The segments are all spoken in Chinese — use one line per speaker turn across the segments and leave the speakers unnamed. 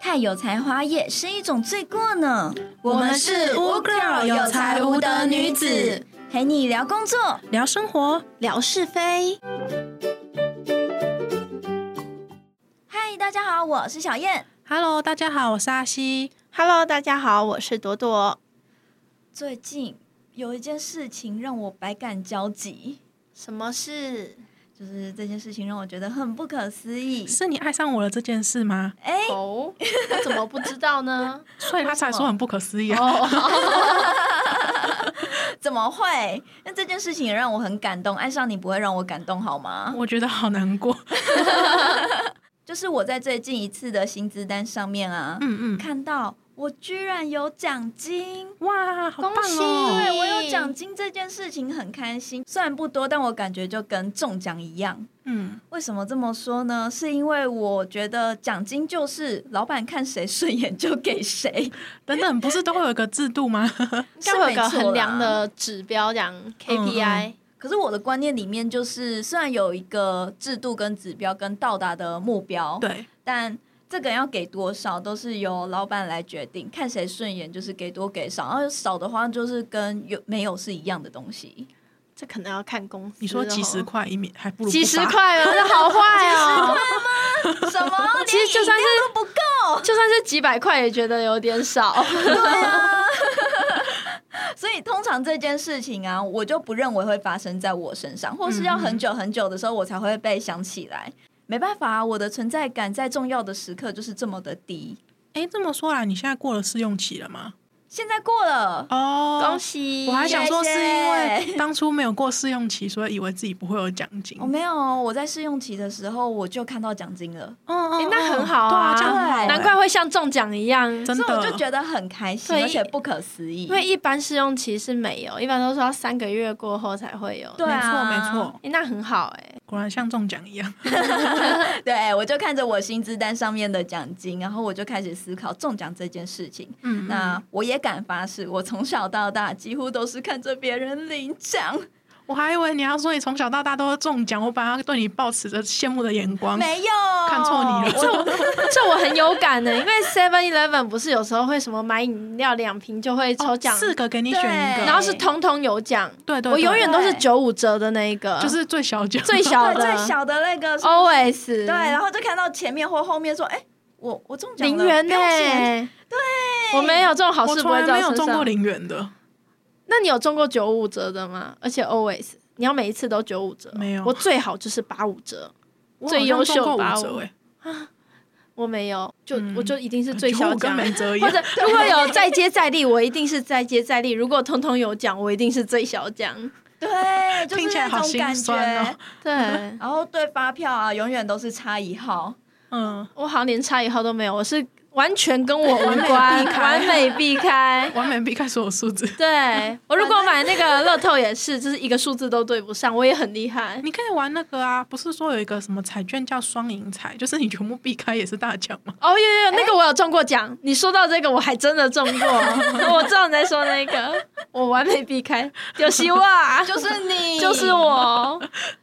菜有才华也是一种罪过呢。
我们是无 girl 有才无德女子，
陪你聊工作。
聊生活，
聊是非。
嗨，大家好，我是小燕。
Hello，大家好，我是阿西。
Hello，大家好，我是朵朵。
最近有一件事情让我百感交集，
什么事？
就是这件事情让我觉得很不可思议。
是你爱上我了这件事吗？
哎、
哦，我怎么不知道呢？
所以他才说很不可思议啊！
哦，
怎么会？那这件事情也让我很感动。爱上你不会让我感动好吗？
我觉得好难过。
就是我在最近一次的薪资单上面啊，
嗯嗯，
看到我居然有奖金。
哇，好棒
恭喜
哦！
对我有奖金这件事情很开心，虽然不多，但我感觉就跟中奖一样。
嗯，
为什么这么说呢？是因为我觉得奖金就是老板看谁顺眼就给 谁，
等等，不是都会有一个制度吗？
该会有个
是没错啦
衡量。的指标，这样 KPI。
可是我的观念里面就是，虽然有一个制度跟指标跟到达的目标，
对，
但这个要给多少都是由老板来决定，看谁顺眼就是给多给少，然后少的话就是跟有没有是一样的东 西。
这可能要看公司哦。
你说几十块一米，还不如不
几十
发，
块吗？这好坏哦！
什么？
其实就算是
连饮料都不够，
就算是几百块，也觉得有点少。
所以通常这件事情啊，我就不认为会发生在我身上，或是要
嗯
很久很久的时候我才会被想起来。没办法、啊，我的存在感在重要的时刻就是这么的低。
哎，这么说来，你现在过了试用期了吗？
现在过了，
哦，
恭！喜！
我还想说是因
谢
为当初没有过试用期，所以以为自己不会有奖金。
我、没有哦，我在试用期的时候我就看到奖金了，
嗯
诶那很好哦
对啊，
啊
这样很好欸
难怪会像中奖一样，
所
真
以我就
的。
觉得很开心，
对
而且不可思议。
因为一般试用期是没有，一般都是要三个月过后才会有。
对啊
没错没错，
诶那很好哎、
果然像中奖一样。
对，我就看着我薪资单上面的奖金，然后我就开始思考中奖这件事情。
嗯，
那我也敢发誓，我从小到大几乎都是看着别人领奖，
我还以为你要说你从小到大都中奖，我本来要对你抱持着羡慕的眼光。
没有
嗯看错你了，
这我很有感的、因为 Seven Eleven 不是有时候会什么买饮料两瓶就会抽奖，
四个给你选一
对
个，
然后是通通有奖。
对对，
我
对
永远都是
对
九五折的那一个，
就是最小奖，
最小
对
的，哦
最小的那个是
always
对，然后就看到前面或后面说，哎，我我中奖了
零元
不
呢、
用钱
对，我没有这种好
我
事不
从
会
来
在
没
我
有
身
中过
上。
零元的，
那你有中过九五折的吗？而且 always 你要每一次都九五折，
没有
我最好就是八五折，
我
最优秀
好像中
吧
过五折
我
哎，
我没有，就、
嗯
我就一定是最小
95跟
奖。
没折一
或
样
者。如果有再接再厉，我一定是再接再厉。如果通通有奖，我一定是最小奖。
对，就是
听起来好
那种感
心酸
觉
哦。
对
然后对发票啊，永远都是差一号。
嗯，
我好像连差一号都没有，我是完全跟我无
完美
关，
避开
完美避开。
完美避开所有数字。
对我如果买那个乐透也是，就是一个数字都对不上，我也很厉害。
你可以玩那个啊，不是说有一个什么彩券叫双赢彩，就是你全部避开也是大奖吗？
哦，有有有，那个我有中过奖。你说到这个，我还真的中过。我知道你在说那个，我完美避开，有希望，
就是你，
就是。我。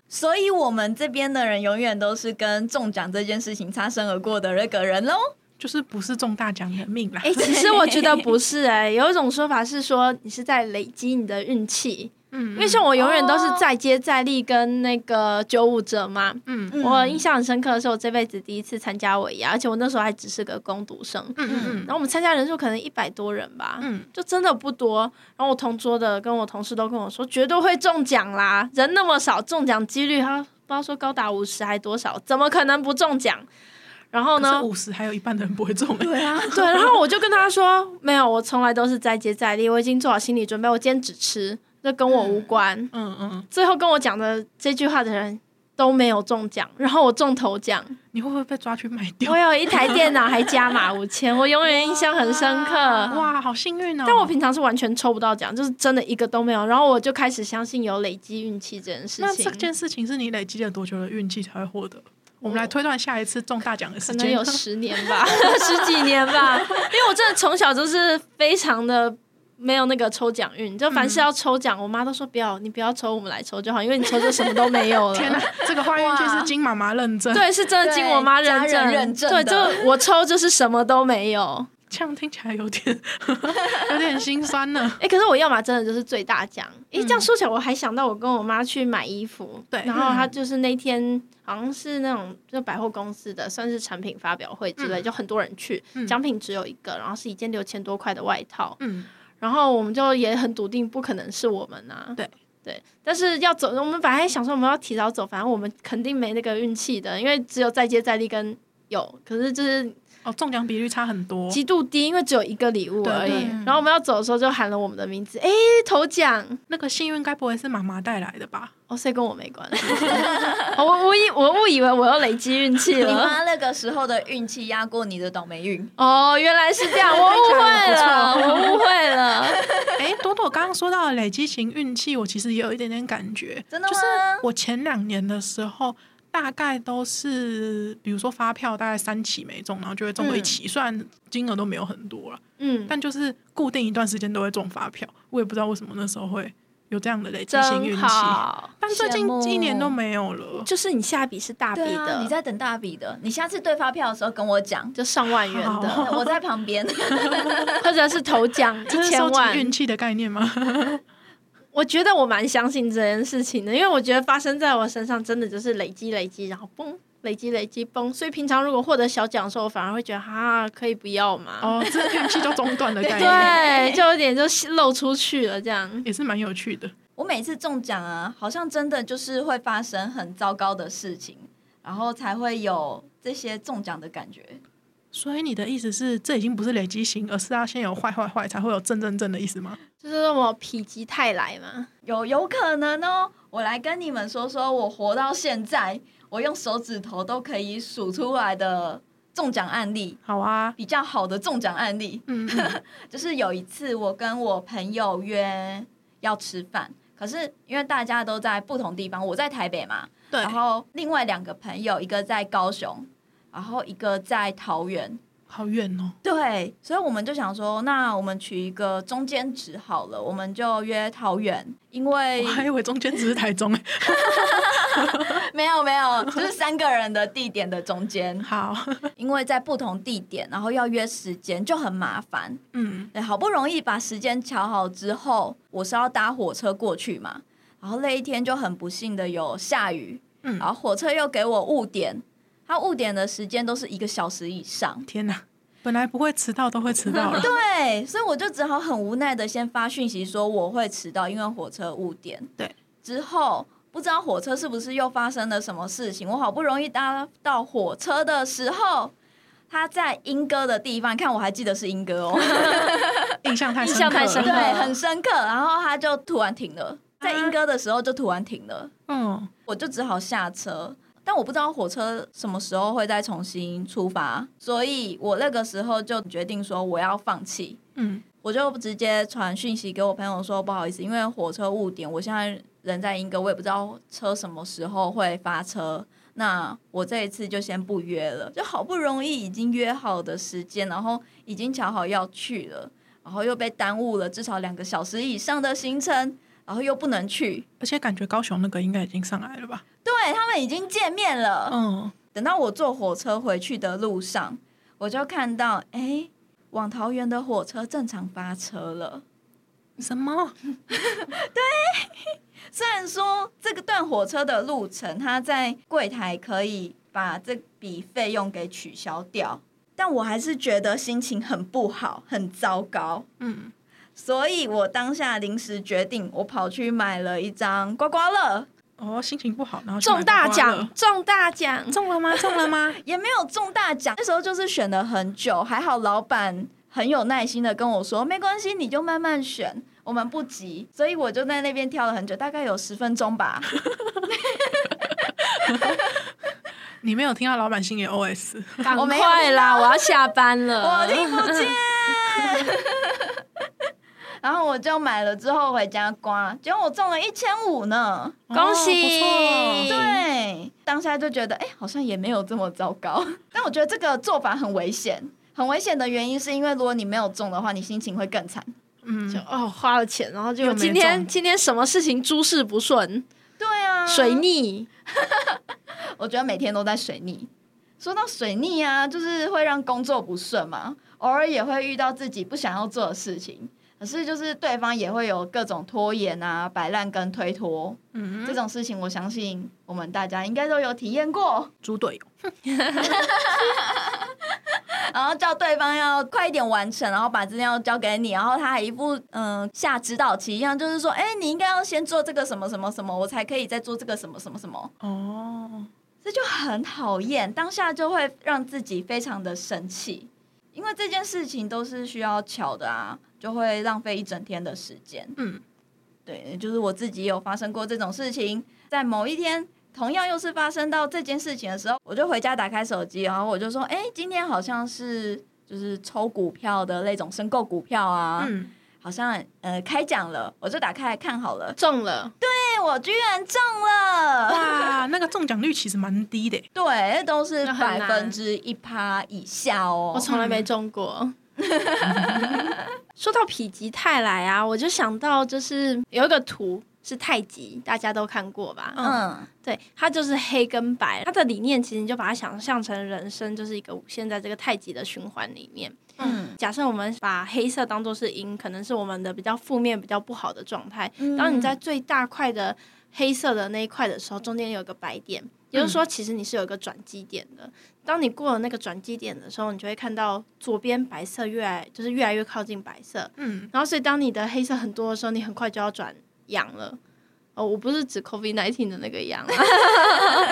所以我们这边的人永远都是跟中奖这件事情擦身而过的那个人喽。
就是不是中大奖的命啦
哎、。其实我觉得不是哎、有一种说法是说你是在累积你的运气，
嗯，
因为像我永远都是
哦
再接再厉跟那个九五折嘛。
嗯嗯
嗯
我印象很深刻的是，我这辈子第一次参加尾牙，而且我那时候还只是个工读生。
嗯
然后我们参加人数可能一百多人吧，
嗯
就真的不多。然后我同桌的跟我同事都跟我说，绝对会中奖啦，人那么少，中奖几率他不知道说高达五十还多少，怎么可能不中奖？然后
嗯，可
呢
是，五十还有一半的人不会中哎。
对啊，
对，然后我就跟他说，没有，我从来都是再接再厉，我已经做好心理准备，我今天只吃，这跟我无关。
嗯嗯，
最后跟我讲的这句话的人都没有中奖，然后我中头奖，
你会不会被抓去卖掉
我？有一台电脑还加码五千，我永远印象很深刻。
哇，好幸运哦！
但我平常是完全抽不到奖，就是真的一个都没有。然后我就开始相信有累积运气这件事
那
情。
这件事情是你累积了多久的运气才会获得？我们来推断下一次中大奖的时
可能
间。
有十年吧，十几年吧，因为我真的从小就是非常的没有那个抽奖运，就
嗯
凡是要抽奖，我妈都说不要，你不要抽，我们来抽就好，因为你抽就什么都没有了。
天哪，这个坏运气是金妈妈认证，
对，是真的经我妈认
对家
证，
人认证的
对，就我抽就是什么都没有。
这样听起来有点 有点心酸呢。
哎、可是我要么真的就是最大奖。诶、这样说起来，我还想到我跟我妈去买衣服，
嗯对
然后她就是那天好像是那种就百货公司的，算是产品发表会
嗯
之类，就很多人去，奖品只有一个，然后是一件六千多块的外套，
嗯，
然后我们就也很笃定不可能是我们啊，
对。
对，但是要走，我们本来想说我们要提早走，反正我们肯定没那个运气的，因为只有再接再厉跟有，可是就是
哦，中奖比率差很多，
极度低，因为只有一个礼物
对
而已
对。
然后我们要走的时候就喊了我们的名字，诶，头奖，
那个幸运该不会是妈妈带来的吧？
哦，所以跟我没关系。 我我以我误以为我又累积运气
你
了。
妈那个时候的运气压过你的倒霉运，
哦，原来是这样，我 误会了，我误会了。
哎，朵朵刚刚说到的累积型运气，我其实也有一点点感觉，
真的吗
就是我前两年的时候。大概都是，比如说发票大概三期没中，然后就会中个一期，虽然金额都没有很多了，
嗯，
但就是固定一段时间都会中发票。我也不知道为什么那时候会有这样的累积型运
真
气，
好，
但最近
羡慕
一年都没有了。
就是你下一笔是大笔
对
的，
啊， 你在等大笔的，你下次对发票的时候跟我讲，
就上万元
好
的，
我在旁边。
或者是头 奖
这
一
是
千
收集
万。
运气的概念 吗？
我觉得我蛮相信这件事情的，因为我觉得发生在我身上真的就是累积累积，然后嘣。累积累积崩，所以平常如果获得小奖的时候，我反而会觉得哈，可以不要嘛。
哦，这运气就中断的概念，
对，就有点就漏出去了这样。
也是蛮有趣的。
我每次中奖啊，好像真的就是会发生很糟糕的事情，然后才会有这些中奖的感觉。
所以你的意思是，这已经不是累积型，而是要先有坏坏坏，才会有正正正的意思吗？
就是那么否极泰来嘛。
有有可能哦，我来跟你们说说，我活到现在，我用手指头都可以数出来的中奖案例，
好啊，
比较好的中奖案例。
嗯，嗯
就是有一次我跟我朋友约要吃饭，可是因为大家都在不同地方，我在台北嘛，
对
然后另外两个朋友一个在高雄，然后一个在桃园。
好远哦。
对，所以我们就想说，那我们取一个中间值好了，我们就约桃园，因
哎
为
我还以为中间只是台中。
没有没有，就是三个人的地点的中间，
好，啊
因为在不同地点，然后要约时间就很麻烦。
嗯，
哎对，好不容易把时间瞧好之后，我是要搭火车过去嘛，然后那一天就很不幸的有下雨，
嗯，
然后火车又给我误点，它误点的时间都是一个小时以上
天哪，本来不会迟到都会迟到了。
对，所以我就只好很无奈的先发讯息说我会迟到，因为火车误点，
对，
之后。不知道火车是不是又发生了什么事情？我好不容易搭到火车的时候，它在莺歌的地方，看我还记得是莺歌哦，
印象太深刻
印象太
了。
深刻嗯
对，很深刻。然后他就突然停了，在莺歌的时候就突然停了，
嗯，
我就只好下车。但我不知道火车什么时候会再重新出发，所以我那个时候就决定说我要放弃。
嗯，
我就直接传讯息给我朋友说不好意思，因为火车误点，我现在人在英哥，我也不知道车什么时候会发车。那我这一次就先不约了，就好不容易已经约好的时间，然后已经瞧好要去了，然后又被耽误了至少两个小时以上的行程，然后又不能去。
而且感觉高雄那个应该已经上来了吧？
对他们已经见面了，
嗯，
等到我坐火车回去的路上，我就看到哎，诶往桃园的火车正常发车了。
什么？
虽然说这个段火车的路程，他在柜台可以把这笔费用给取消掉，但我还是觉得心情很不好，很糟糕。
嗯，
所以我当下临时决定，我跑去买了一张刮刮乐，
哦，心情不好，然后去买
中大
刮刮乐
奖，中大奖，
中了吗？中了吗？
也没有中大奖。那时候就是选了很久，还好老板很有耐心的跟我说，没关系，你就慢慢选，我们不急。所以我就在那边挑了很久，大概有十分钟吧。
你没有听到老板心里 OS，
赶
我没有
快啦，我要下班
我
了。
听不 见。然后我就买了之后回家刮，结果我中了一千五呢。
恭喜
哦不错
对，当下就觉得哎、好像也没有这么糟糕。 但我觉得这个做法很危险，很危险的原因是因为如果你没有中的话，你心情会更惨。
嗯
就，哦花了钱，然后就
又没
今天
中
今天什么事情诸事不顺，
对啊，
水逆，
我觉得每天都在水逆。说到水逆啊，就是会让工作不顺嘛，偶尔也会遇到自己不想要做的事情，可是就是对方也会有各种拖延啊、摆烂跟推脱、
嗯
这种事情，我相信我们大家应该都有体验过。
猪队友，
然后叫对方要快一点完成，然后把资料交给你，然后他还一副嗯、下指导棋一样，就是说，哎，你应该要先做这个什么什么什么，我才可以再做这个什么什么什么，
哦，
这就很讨厌，当下就会让自己非常的生气，因为这件事情都是需要巧的啊，就会浪费一整天的时间。
嗯，
对，就是我自己有发生过这种事情，在某一天。同样又是发生到这件事情的时候，我就回家打开手机，然后我就说：“哎，今天好像是就是抽股票的那种申购股票啊，
嗯，
好像呃开奖了。”我就打开来看好了，
中了，
哎，我居然中了！
嗯哇，那个中奖率其实蛮低的耶，
对，那都是
那很
百分
难
之一趴以下哦。
我从来没中 过。说到否极泰来啊，我就想到就是有一个图是太极，大家都看过吧？
嗯，
对，它就是黑跟白，它的理念其实你就把它想象成人生就是一个现在这个太极的循环里面。
嗯
假设我们把黑色当做是阴，可能是我们的比较负面、比较不好的状态。
嗯
当你在最大块的黑色的那一块的时候，中间有一个白点，也就是说，其实你是有一个转机点的。当你过了那个转机点的时候，你就会看到左边白色越来就是越来越靠近白色，
嗯，
然后所以当你的黑色很多的时候，你很快就要转阳了。哦，我不是指 COVID nineteen 的那个阳、啊，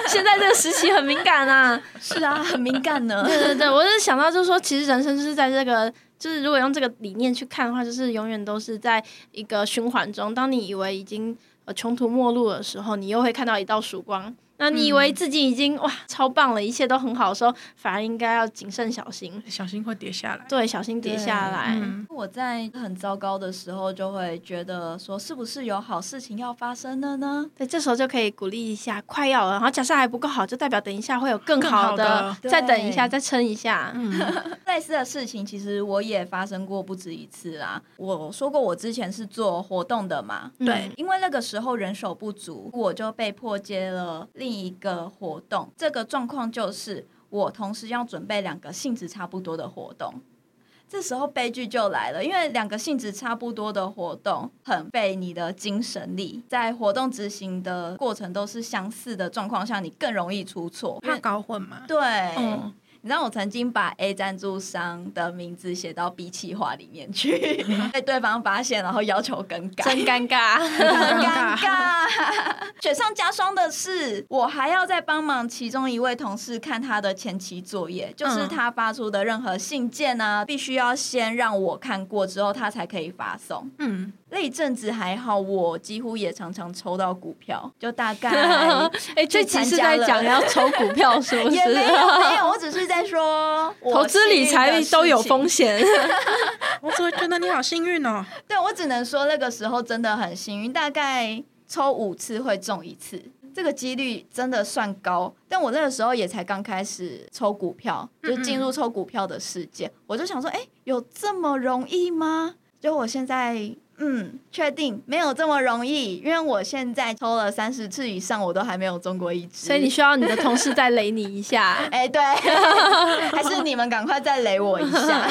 现在这个时期很敏感啊。
是啊， 很敏感 呢。
对对对，我是想到就是说，其实人生就是在这个，就是如果用这个理念去看的话，就是永远都是在一个循环中。当你以为已经呃穷途末路的时候，你又会看到一道曙光。那你以为
嗯
自己已经、哇超棒了，一切都很好的时候，反而应该要谨慎小心，
小心会跌下来，
对，小心跌下来。
嗯，
我在很糟糕的时候，就会觉得说，是不是有好事情要发生了呢？
对，这时候就可以鼓励一下，快要了。然后假设还不够好，就代表等一下会有更
更
好
好的
再等一下，
对
再撑一下。
嗯，
类似的事情，其实我也发生过不止一次啦。我说过，我之前是做活动的嘛，
对
因为那个时候人手不足，我就被迫接了另一个活动。这个状况就是我同时要准备两个性质差不多的活动。这时候悲剧就来了，因为两个性质差不多的活动，很费你的精神力。在活动执行的过程都是相似的状况下，你更容易出错。因
怕
为
搞混嘛，
对，
嗯，
你知道我曾经把 A 赞助商的名字写到 B 企划里面去，
嗯
被对方发现，然后要求更改，
真尴尬。
很
很
尴
尴
尬。 雪上加霜的是，我还要再帮忙其中一位同事看他的前期作业，
嗯
就是他发出的任何信件呢、必须要先让我看过之后，他才可以发送。
嗯，
那一阵子还好，我几乎也常常抽到股票，就大概
哎、这集是在讲要抽股票，是不是？
也没有没有，我只是在说我
投资理财都有风
险。
险。
我只会觉得你好幸运哦，
对我只能说那个时候真的很幸运，大概抽五次会中一次，这个几率真的算高。但我那个时候也才刚开始抽股票，就进入抽股票的世界，我就想说，哎，有这么容易吗？就我现在。嗯，确定没有这么容易，因为我现在抽了三十次以上，我都还没有中过一支。。
所以你需要你的同事再雷你一下
哎、 对，还是你们赶快再雷我一下。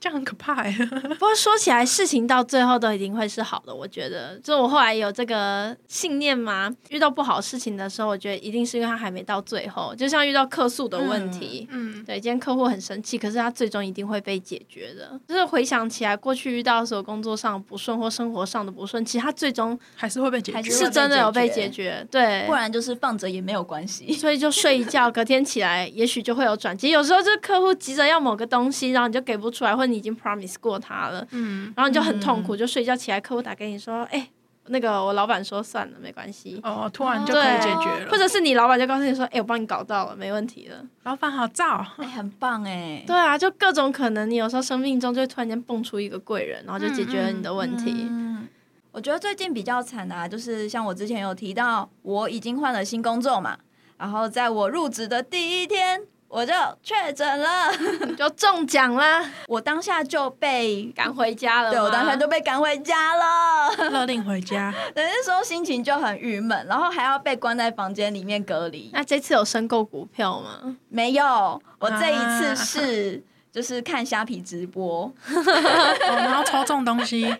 这样很可怕欸耶，
不过说起来，事情到最后都一定会是好的。我觉得，就我后来有这个信念嘛，遇到不好事情的时候，我觉得一定是因为他还没到最后。就像遇到客诉的问题，
嗯，
对，今天客户很生气，可是他最终一定会被解决的。就是回想起来，过去遇到所有工作上的不顺或生活上的不顺，其实他最终
还是会被解
还
决，
会
是真的有被解
被解
决。对
不，然就是放着也没有关系。
所以就睡一觉，隔天起来也许就会有转机。有时候就是客户急着要某个东西，然后你就给不出来，或者你已经 promise 过他了，
嗯，
然后你就很痛苦，就睡觉起来，客户打给你说：“哎、那个我老板说算了，没关系。”
哦，突然就可以解决
或
了，
者是你老板就告诉你说：“哎、我帮你搞到了，没问题了。
老板好燥，
哎、很棒哎、”
对啊，就各种可能，你有时候生命中就会突然间蹦出一个贵人，然后就解决了你的问题。
嗯，我觉得最近比较惨的、啊，就是像我之前有提到，我已经换了新工作嘛，然后在我入职的第一天，我就确诊了，
你就中奖啦，
我当下就被
赶回家了吗。
对我当下就被赶回家了。
勒令回家，
那时候心情就很郁闷，然后还要被关在房间里面隔离。
那这次有申购股票吗？
没有，我这一次
啊
是、就是看虾皮直播，
哦然后抽中东西，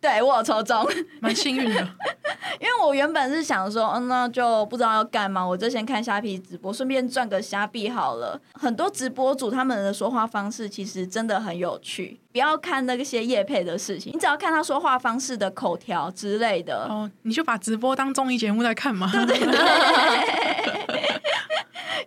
对我有抽中，
蛮幸运的。
因为我原本是想说，嗯，那就不知道要干嘛，我就先看虾皮直播，顺便赚个虾币好了。很多直播主他们的说话方式其实真的很有趣，不要看那些叶配的事情，你只要看他说话方式的口条之类的，
哦，你就把直播当综艺节目在看嘛。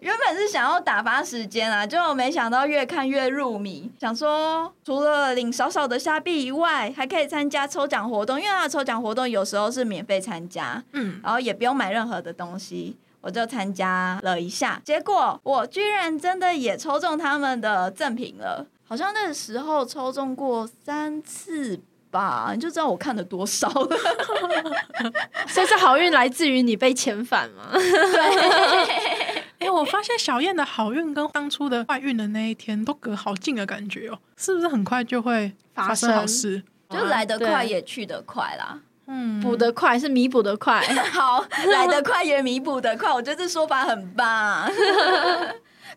原本是想要打发时间啊，结果没想到越看越入迷，想说除了领少少的虾币以外，还可以参加抽奖活动，因为它的抽奖活动有时候是免费参加，
嗯，
然后也不用买任何的东西。我就参加了一下，结果我居然真的也抽中他们的赠品了，好像那时候抽中过三次吧，你就知道我看了多少了。
所以这好运来自于你被遣返吗？
哎、我发现小燕的好运跟当初的坏运的那一天都隔好近的感觉哦，是不是很快就会发生好事？
就来得快
对
也去得快啦，
嗯，
补得快是弥补得快，
好，来得快也弥补得快，我觉得这说法很棒。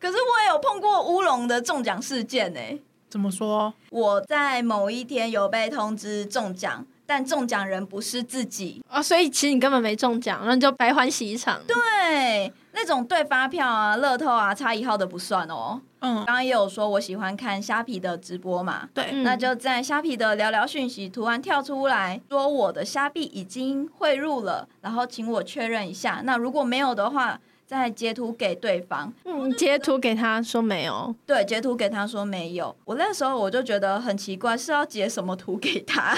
可是我也有碰过乌龙的中奖事件呢、欸
怎么说？
我在某一天有被通知中奖，但中奖人不是自己，
哦，所以其实你根本没中奖，那你就白欢喜一场。对，
对，那种对发票啊、乐透啊差一号的不算哦。
嗯
刚，刚也有说我喜欢看虾皮的直播嘛，
对，
嗯
那就在虾皮的聊聊讯息图案跳出来说我的虾币已经汇入了，然后请我确认一下。那如果没有的话，再截图给对方。
你截嗯图给他说没有，
对，截图给他说没有。我那时候我就觉得很奇怪，是要截什么图给 他？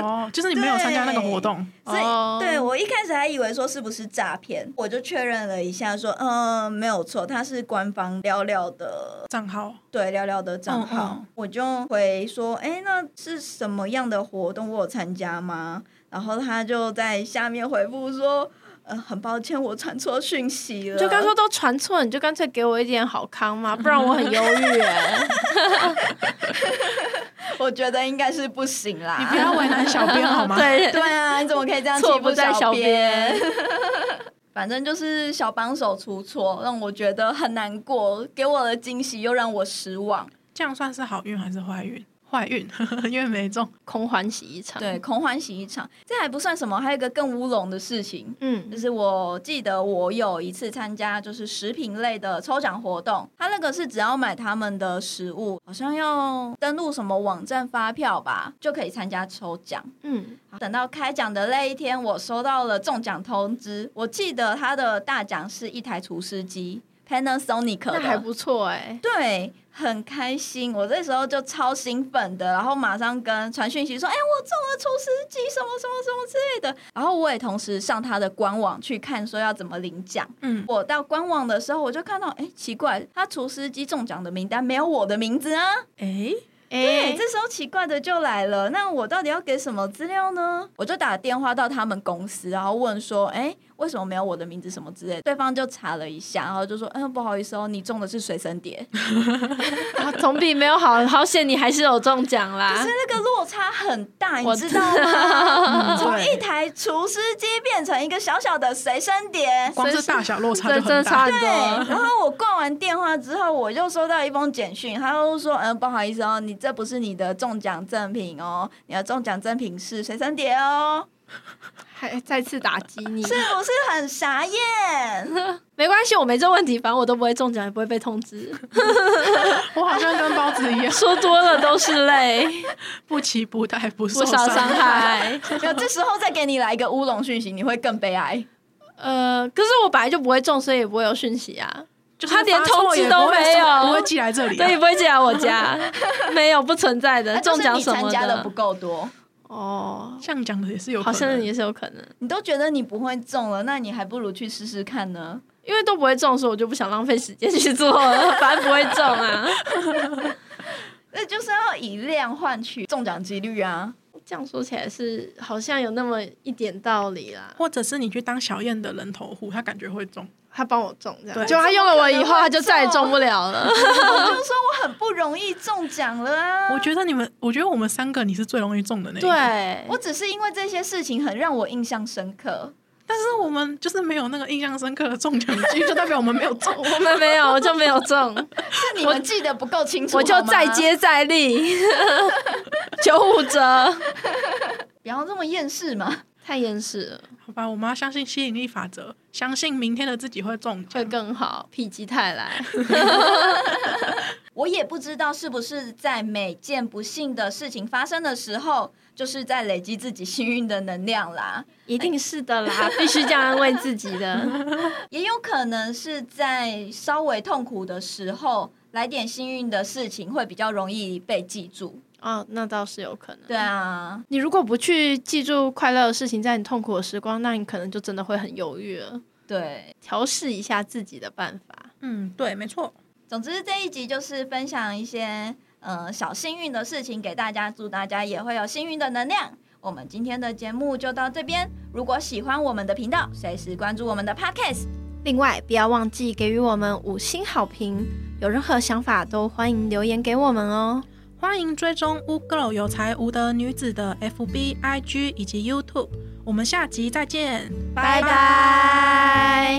哦，就是你没有参加那个活动，
所以
哦
对我一开始还以为说是不是诈骗，我就确认了一下说，嗯，没有错，他是官方聊聊的
账号
对聊聊的账号，
嗯嗯
我就回说，哎、那是什么样的活动？我有参加吗？然后他就在下面回复说，呃，很抱歉，我传错讯息了。
就刚说都传错，你就干脆给我一点好康嘛，不然我很忧郁哎。
我觉得应该是不行啦。
你不要为难小编 好吗？
对
对啊，你怎么可以这样欺
错
负
不在
小
小
编
编？
反正就是小帮手出错，让我觉得很难过，给我的惊喜又让我失望，
这样算是好运还是坏运？坏运， 因为没中。
空欢喜一场。，
对，空欢喜一场。这还不算什么，还有一个更乌龙的事情，
嗯
就是我记得我有一次参加就是食品类的抽奖活动，它那个是只要买他们的食物，好像要登录什么网站发票吧，就可以参加抽奖。
嗯，
等到开奖的那一天，我收到了中奖通知。我记得它的大奖是一台厨师机，Panasonic 的，
那还不错哎。
对，很开心。我那时候就超兴奋的，然后马上跟传讯息说：“哎、我中了厨师机，什么什么什么之类的。”然后我也同时上他的官网去看，说要怎么领奖。
嗯，
我到官网的时候，我就看到，哎、奇怪，他厨师机中奖的名单没有我的名字啊。
哎，
哎、
哎
这，时候奇怪的就来了，那我到底要给什么资料呢？我就打电话到他们公司，然后问说，哎、为什么没有我的名字什么之类的？对方就查了一下，然后就说，嗯，不好意思哦，你中的是随身碟，
啊总比没有好，好险你还是有中奖
可
啦
是。那个落差很大，你
我
知道吗？
嗯
从
对
一台厨师机变成一个小小的随身碟。
光是大小落差就
这真的
很
差
大。
很
对，
多。
然后我挂完电话之后，我又收到一封简讯，他又说：“嗯，不好意思哦，你这不是你的中奖赠品哦，你的中奖赠品是随身碟哦。”
还再次打击你，
是不是很傻眼？
没关系，我没这问题，反正我都不会中奖，也不会被通知。
我好像跟包子一样，
说多了都是泪，
不期不待，不受
不少伤害。
没有，这时候再给你来一个乌龙讯息，你会更悲哀。
呃，可是我本来就不会中，所以也不会有讯息啊，
就
他连通知都没有
没不会寄来这里、
所以也
啊。
不会寄来我家，没有不存在的
那
中
啊就是
奖
你
什
参
么
加的不够多，
哦，
像讲的也是有可
好
能，
像也是有可能，
你都觉得你不会中了，那你还不如去试试看呢。
因为都不会中，所以我就不想浪费时间去做了， 反正不会中啊。
那就是要以量换取中奖几率啊！
这样说起来是好像有那么一点道理啦。
或者是你去当小燕的人头户，他感觉会中。
他帮我中，这
对
样，就他用了我以后，他就再也中不了了。
我就说我很不容易中奖了啊！
我觉得你们，我觉得我们三个你是最容易中的那一个。，
对，
我只是因为这些事情很让我印象深刻，
但是我们就是没有那个印象深刻的中奖机，就代表我们没有中。
我们没有，我就没有中，
是你们记得不够清楚，
我就
好吗
再，接再厉， 九五折，
不要这么厌世嘛。
太厌世了，
好吧，我们要相信吸引力法则，相信明天的自己会中奖。
会更好，否极泰来。
我也不知道是不是在每件不幸的事情发生的时候，就是在累积自己幸运的能量啦。
一定是的 啦，必须这样安慰自己的。
也有可能是在稍微痛苦的时候，来点幸运的事情会比较容易被记住。
哦，那倒是有可能。
对，啊，
你如果不去记住快乐的事情，在你痛苦的时光，那你可能就真的会很犹豫了。
对。
调试一下自己的办法，
嗯，对，没错。
总之这一集就是分享一些呃小幸运的事情给大家，祝大家也会有幸运的能量。我们今天的节目就到这边。如果喜欢我们的频道，随时关注我们的 Podcast。
另外，不要忘记给予我们五星好评。有任何想法都欢迎留言给我们哦。
欢迎追踪污 girl 有才无德女子的 FB、IG 以及 YouTube。我们下集再见，
拜
拜